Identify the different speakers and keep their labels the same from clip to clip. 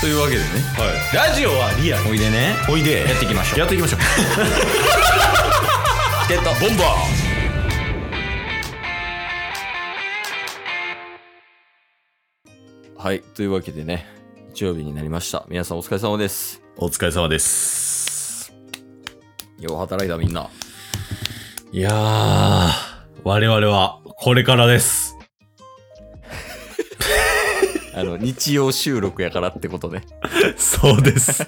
Speaker 1: というわけでね
Speaker 2: ラジオはリアル
Speaker 1: おいでね
Speaker 2: おいで
Speaker 1: やっていきましょう
Speaker 2: やっていきましょう
Speaker 1: チケットボンバーはいというわけでね日曜日になりました皆さんお疲れ様です
Speaker 2: お疲れ様です
Speaker 1: よう働いたみんない
Speaker 2: やー我々はこれからです
Speaker 1: あの日曜収録やからって ことね
Speaker 2: そうです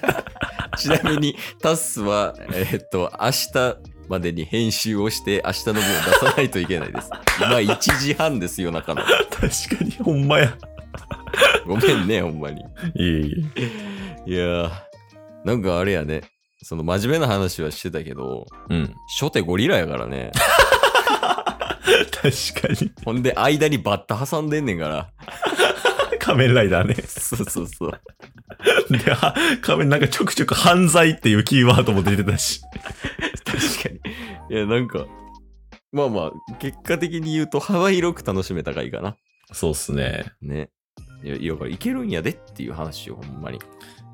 Speaker 1: ちなみにタッスはえーっと明日までに編集をして明日の分を出さないといけないです今1時半ですよ中の
Speaker 2: 確かにほんまや
Speaker 1: ごめんねほんまに
Speaker 2: いえいえ
Speaker 1: いやーなんかあれやねその真面目な話はしてたけど
Speaker 2: うん
Speaker 1: 初手ゴリラやから ね
Speaker 2: 確かに
Speaker 1: ほんで、間にバッタ挟んでんねんから。
Speaker 2: 仮面ライダーね
Speaker 1: そうそうそう。
Speaker 2: では仮面なんかちょくちょく犯罪っていうキーワードも出てたし
Speaker 1: 確かに。いや、なんか、まあまあ、結果的に言うと幅広く楽しめたがいいかな。
Speaker 2: そうっすね
Speaker 1: ね。いや、いやだからいけるんやでっていう話をほんまに。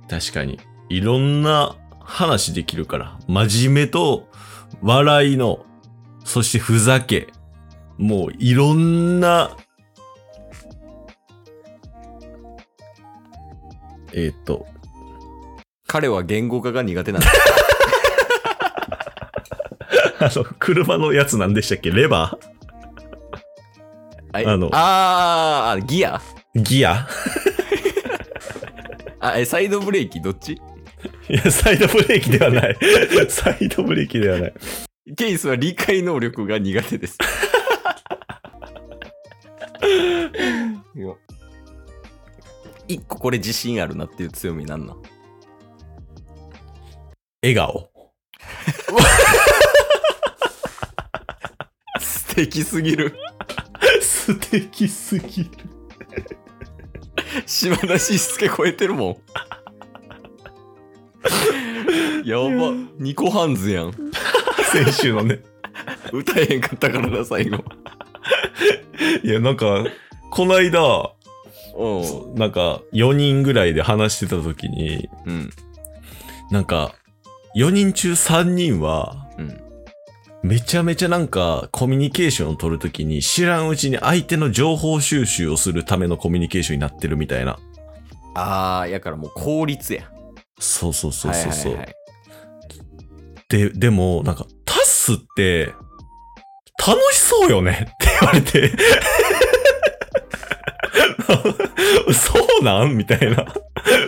Speaker 2: 確かにいろんな話できるから真面目と笑いのそしてふざけもういろんなえっ、と
Speaker 1: 彼は言語化が苦手なん
Speaker 2: あの車のやつなんでしたっけレバ
Speaker 1: だ。い
Speaker 2: あの
Speaker 1: あーあ、ギア
Speaker 2: ーギア
Speaker 1: あ、え、サイドブレーキどっち
Speaker 2: いやサイドブレーキではないサイドブレーキではない
Speaker 1: ケイスは理解能力が苦手です。いや一個これ自信あるなっていう強みなんなん
Speaker 2: 笑顔
Speaker 1: 素敵すぎる
Speaker 2: 素敵すぎる
Speaker 1: 島田紳助超えてるもんやばニコハンズやん
Speaker 2: 先週のね
Speaker 1: 歌えへんかったからな最後
Speaker 2: いやなんかこの間
Speaker 1: う
Speaker 2: なんか、4人ぐらいで話してた時に、
Speaker 1: んうん
Speaker 2: なんか、4人中3人は、
Speaker 1: うん
Speaker 2: めちゃめちゃなんか、コミュニケーションを取るときに、知らんうちに相手の情報収集をするためのコミュニケーションになってるみたいな。
Speaker 1: あーやからもう効率や
Speaker 2: そうそうそうそうそう、
Speaker 1: はいはいはい
Speaker 2: で、でも、なんか、タスって、楽しそうよね って言われて。 そうなんみたいな。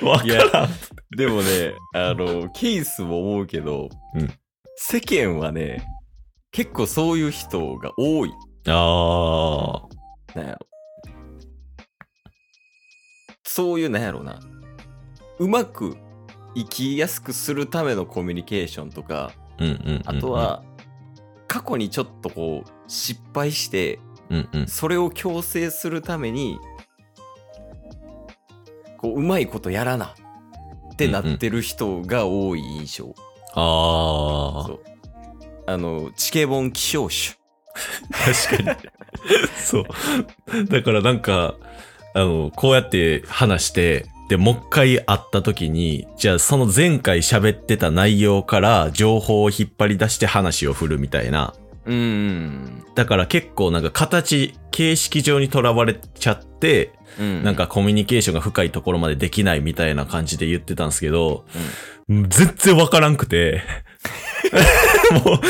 Speaker 2: わからん。
Speaker 1: でもねあのケースも思うけど、
Speaker 2: うん
Speaker 1: 世間はね結構そういう人が多い
Speaker 2: ああ。
Speaker 1: なんやろそういうなんやろなうまく生きやすくするためのコミュニケーションとか
Speaker 2: うんうんうんうん
Speaker 1: あと、は過去にちょっとこう失敗して
Speaker 2: うんうん、
Speaker 1: それを強制するためにこううまいことやらなってなってる人が多い印象
Speaker 2: ああ
Speaker 1: そうあのチケボン希少種
Speaker 2: 確かに そうだからなんかあのこうやって話してでもう一回会った時にじゃあその前回喋ってた内容から情報を引っ張り出して話を振るみたいな
Speaker 1: うーん
Speaker 2: だから結構なんか形形式上にとらわれちゃって
Speaker 1: うん
Speaker 2: なんかコミュニケーションが深いところまでできないみたいな感じで言ってたんですけど、全然わからんくて、も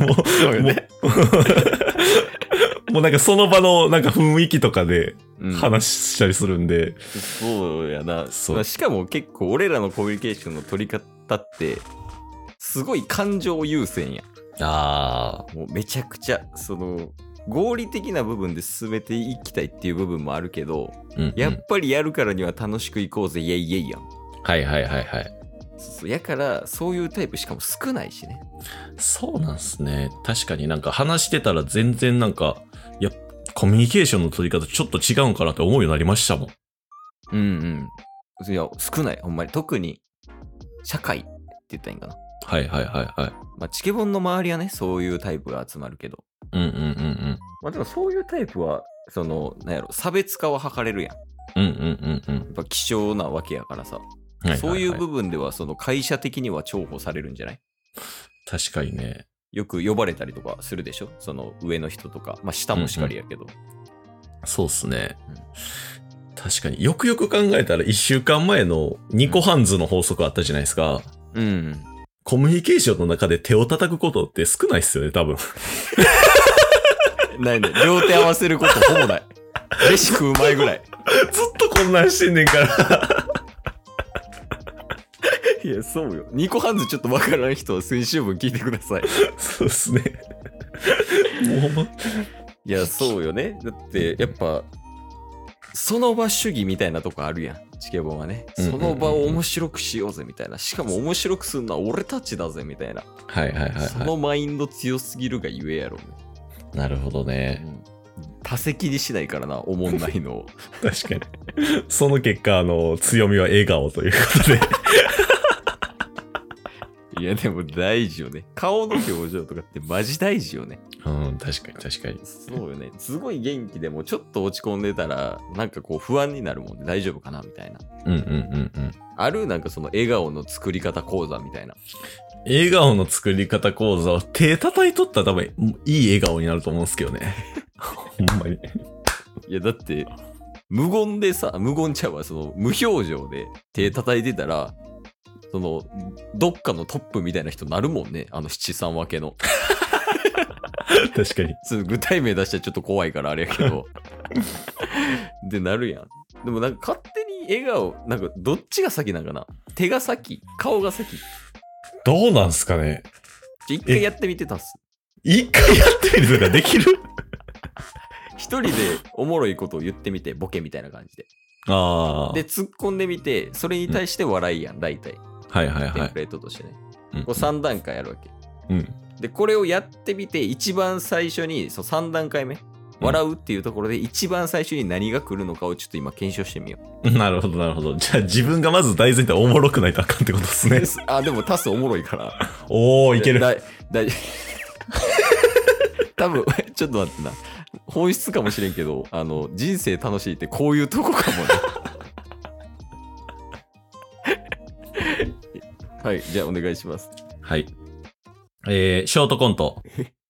Speaker 2: う、も
Speaker 1: そう
Speaker 2: う、
Speaker 1: よ ね
Speaker 2: もう、もうなんかその場のなんか雰囲気とかで
Speaker 1: うん
Speaker 2: 話したりするんで、
Speaker 1: そうやな。
Speaker 2: そう
Speaker 1: まあしかも結構俺らのコミュニケーションの取り方って、すごい感情優先や。
Speaker 2: ああ、
Speaker 1: もうめちゃくちゃ、その、合理的な部分で進めていきたいっていう部分もあるけど、
Speaker 2: うん、
Speaker 1: やっぱりやるからには楽しくいこうぜ、イェイイェイやん。
Speaker 2: はいはいはいはい。
Speaker 1: そうそうやから、そういうタイプしかも少ないしね。
Speaker 2: そうなんすね。確かになんか話してたら全然なんか、いや、コミュニケーションの取り方ちょっと違うんかなって思うようになりましたもん。
Speaker 1: うんうん。いや、少ない、ほんまに。特に、社会って言ったらいいんかな。
Speaker 2: はいはいはいはい。
Speaker 1: まあ、チケボンの周りはね、そういうタイプが集まるけど。
Speaker 2: うんうんうんうん。
Speaker 1: まあでもそういうタイプは、その、なんやろ、差別化は図れるやん。
Speaker 2: うんうんうんうん。
Speaker 1: っぱ希少なわけやからさ、
Speaker 2: ははは
Speaker 1: そういう部分ではその会社的には重宝されるんじゃない
Speaker 2: 確かにね。
Speaker 1: よく呼ばれたりとかするでしょその上の人とか、まあ下もしかりやけど。
Speaker 2: そうっすね。確かによくよく考えたら1週間前のニコハンズの法則あったじゃないですか。
Speaker 1: うん。
Speaker 2: コミュニケーションの中で手を叩くことって少ないっすよね、多 分。
Speaker 1: ないね。両手合わせることほぼない。飯食う前ぐらい。
Speaker 2: ずっとこんなんしてんねんから。
Speaker 1: いや、そうよ。ニコハンズちょっとわからん人は先週分聞いてください。
Speaker 2: そうっすね。もうほんま。
Speaker 1: いや、そうよね。だって、やっぱ、その場主義みたいなとこあるやん。チケボンはね。
Speaker 2: うんうんうん
Speaker 1: その場を面白くしようぜみたいな。しかも面白くするのは俺たちだぜみたいな。
Speaker 2: はいはいはい、
Speaker 1: そ
Speaker 2: は
Speaker 1: のマインド強すぎるがゆえやろ、ね。
Speaker 2: い。なるほどね。
Speaker 1: 多席にしないからな、思んないのを。
Speaker 2: 確かに。その結果、あの、強みは笑顔ということで。
Speaker 1: いや、でも大事よね。顔の表情とかってマジ大事よね。
Speaker 2: うん、確かに確かに。
Speaker 1: そうよね。すごい元気でも、ちょっと落ち込んでたら、なんかこう不安になるもんで、大丈夫かなみたいな。
Speaker 2: うんうんうんうん。
Speaker 1: あるなんかその笑顔の作り方講座みたいな。
Speaker 2: 笑顔の作り方講座は手叩いとったら多分いい笑顔になると思うんですけどね。 ほんまに。
Speaker 1: いや、だって、無言でさ、無言ちゃうわ、その無表情で手叩いてたら、その、どっかのトップみたいな人なるもんね。あの七三分けの。
Speaker 2: 確かに。
Speaker 1: そう具体名出したらちょっと怖いからあれやけ ど。で、なるやん。でもなんか勝手に笑顔、なんかどっちが先なんかな手が先顔が先ち
Speaker 2: どうなんすかね
Speaker 1: ょ一回やってみてたっす。
Speaker 2: 一回やってみるとかできる
Speaker 1: 一人でおもろいことを言ってみて、ボケみたいな感じで。
Speaker 2: ああ。
Speaker 1: で、突っ込んでみて、それに対して笑いやん、大体。
Speaker 2: はいはい
Speaker 1: テ
Speaker 2: は
Speaker 1: ン
Speaker 2: い
Speaker 1: プ。レートとしてね。
Speaker 2: うん
Speaker 1: こう3段階あるわけ。
Speaker 2: うん。
Speaker 1: で、これをやってみて、一番最初に、そう3段階目。笑うっていうところで、一番最初に何が来るのかをちょっと今検証してみよ
Speaker 2: なるほどなるほど。じゃあ自分がまず大前提おもろくないとあかんってことです
Speaker 1: う。
Speaker 2: ね。
Speaker 1: あ、でもタスおもろいから。
Speaker 2: お ー、いける。
Speaker 1: だだ 多分ちょっと待ってな。本質かもしれんけど、あの、人生楽しいってこういうとこかもね。 はい、じゃあお願いします。
Speaker 2: はい。えー、ショートコント。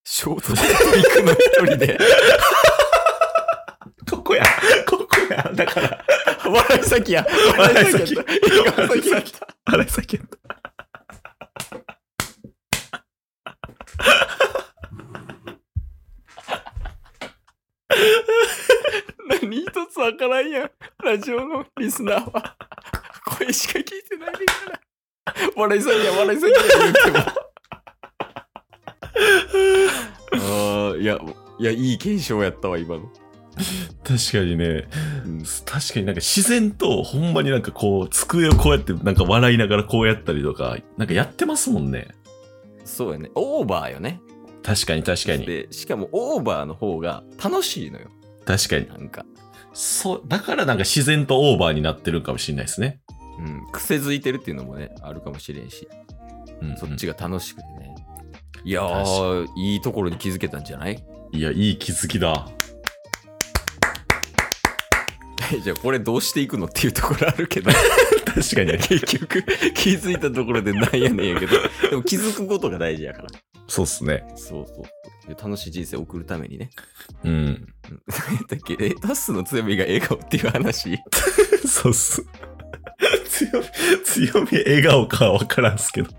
Speaker 1: ショート行くの一人 で。
Speaker 2: ここや。 ここや。だから、
Speaker 1: 笑い先や。
Speaker 2: 笑い先
Speaker 1: やった笑い先やった
Speaker 2: あれ先
Speaker 1: 何一つわからんやん。ラジオのリスナーは。声しか聞いてないから。笑いすぎや、笑いすぎや言って も。ああ、いや、いや、いい検証やったわ、今の。
Speaker 2: 確かにね。確かになんか自然とほんまになんかこう机をこうやってなんか笑いながらこうやったりとかなんかやってますもんね
Speaker 1: そうやね。オーバーよね。
Speaker 2: 確かに確かに
Speaker 1: で、しかもオーバーの方が楽しいのよ。
Speaker 2: 確かに
Speaker 1: なんか。
Speaker 2: そうだからなんか自然とオーバーになってるかもしれないですね、
Speaker 1: うん。癖づいてるっていうのもね、あるかもしれんし。
Speaker 2: うんうん
Speaker 1: そっちが楽しくてね。いやー、いいところに気づけたんじゃない
Speaker 2: いやいい気づきだ
Speaker 1: じゃあ、これどうしていくのっていうところあるけど。
Speaker 2: 確かに
Speaker 1: 結局気づいたところでなんやねんやけどでも気づくことが大事やから
Speaker 2: そうっすね
Speaker 1: そうそうそう楽しい人生を送るためにね
Speaker 2: うん
Speaker 1: 何やったっけえタッスの強みが笑顔っていう 話
Speaker 2: そうっす強み強み笑顔かは分からんすけど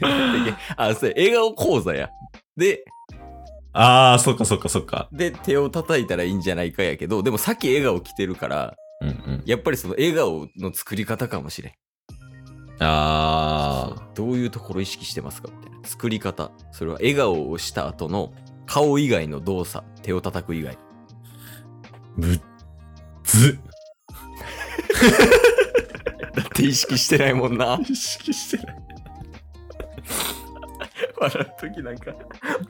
Speaker 1: 何やったっけあそうや笑顔講座やで
Speaker 2: ああそっかそっかそっか
Speaker 1: で手を叩いたらいいんじゃないかやけどでもさっき笑顔来てるから
Speaker 2: うんうん
Speaker 1: やっぱりその笑顔の作り方かもしれん
Speaker 2: あ
Speaker 1: そうどういうところ意識してますかみたいな作り方それは笑顔をした後の顔以外の動作手を叩く以外
Speaker 2: あむっず
Speaker 1: だって意識してないもんな
Speaker 2: 意識してない
Speaker 1: 笑う時なんか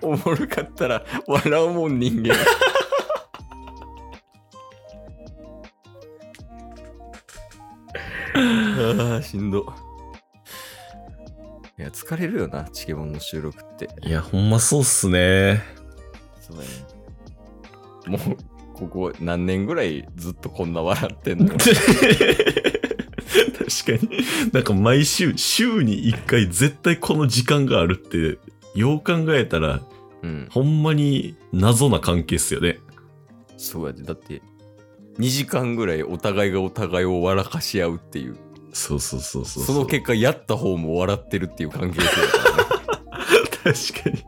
Speaker 1: おもろかったら笑うもん人 間あーしんどいや疲れるよなチケボンの収録って
Speaker 2: いやほんまそうっすね
Speaker 1: そうだねもうここ何年ぐらいずっとこんな笑ってんの
Speaker 2: 確かに。なんか毎週、週に1回絶対この時間があるって、よう考えたら、
Speaker 1: うん。
Speaker 2: ほんまに謎な関係っすよね。
Speaker 1: そうやで。だって、2時間ぐらいお互いがお互いを笑かし合うっていう。
Speaker 2: そうそうそうそう。
Speaker 1: その結果、やった方も笑ってるっていう関係性だからね
Speaker 2: 確かに。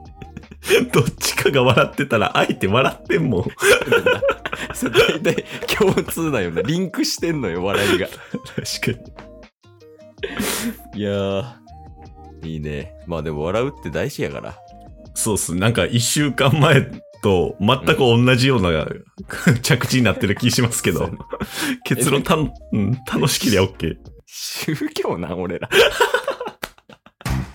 Speaker 2: どっちかが笑ってたら相手笑ってんもん。
Speaker 1: それ大体共通だよな。リンクしてんのよ、笑いが。
Speaker 2: 確かに。
Speaker 1: いやー、いいね。まあでも笑うって大事やから。
Speaker 2: そうっす。なんか一週間前と全く同じような 着地になってる気しますけ
Speaker 1: そう
Speaker 2: ど
Speaker 1: ね。
Speaker 2: 結論たん、うん、楽しきりゃ OK。
Speaker 1: 宗教な、俺ら。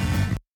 Speaker 3: す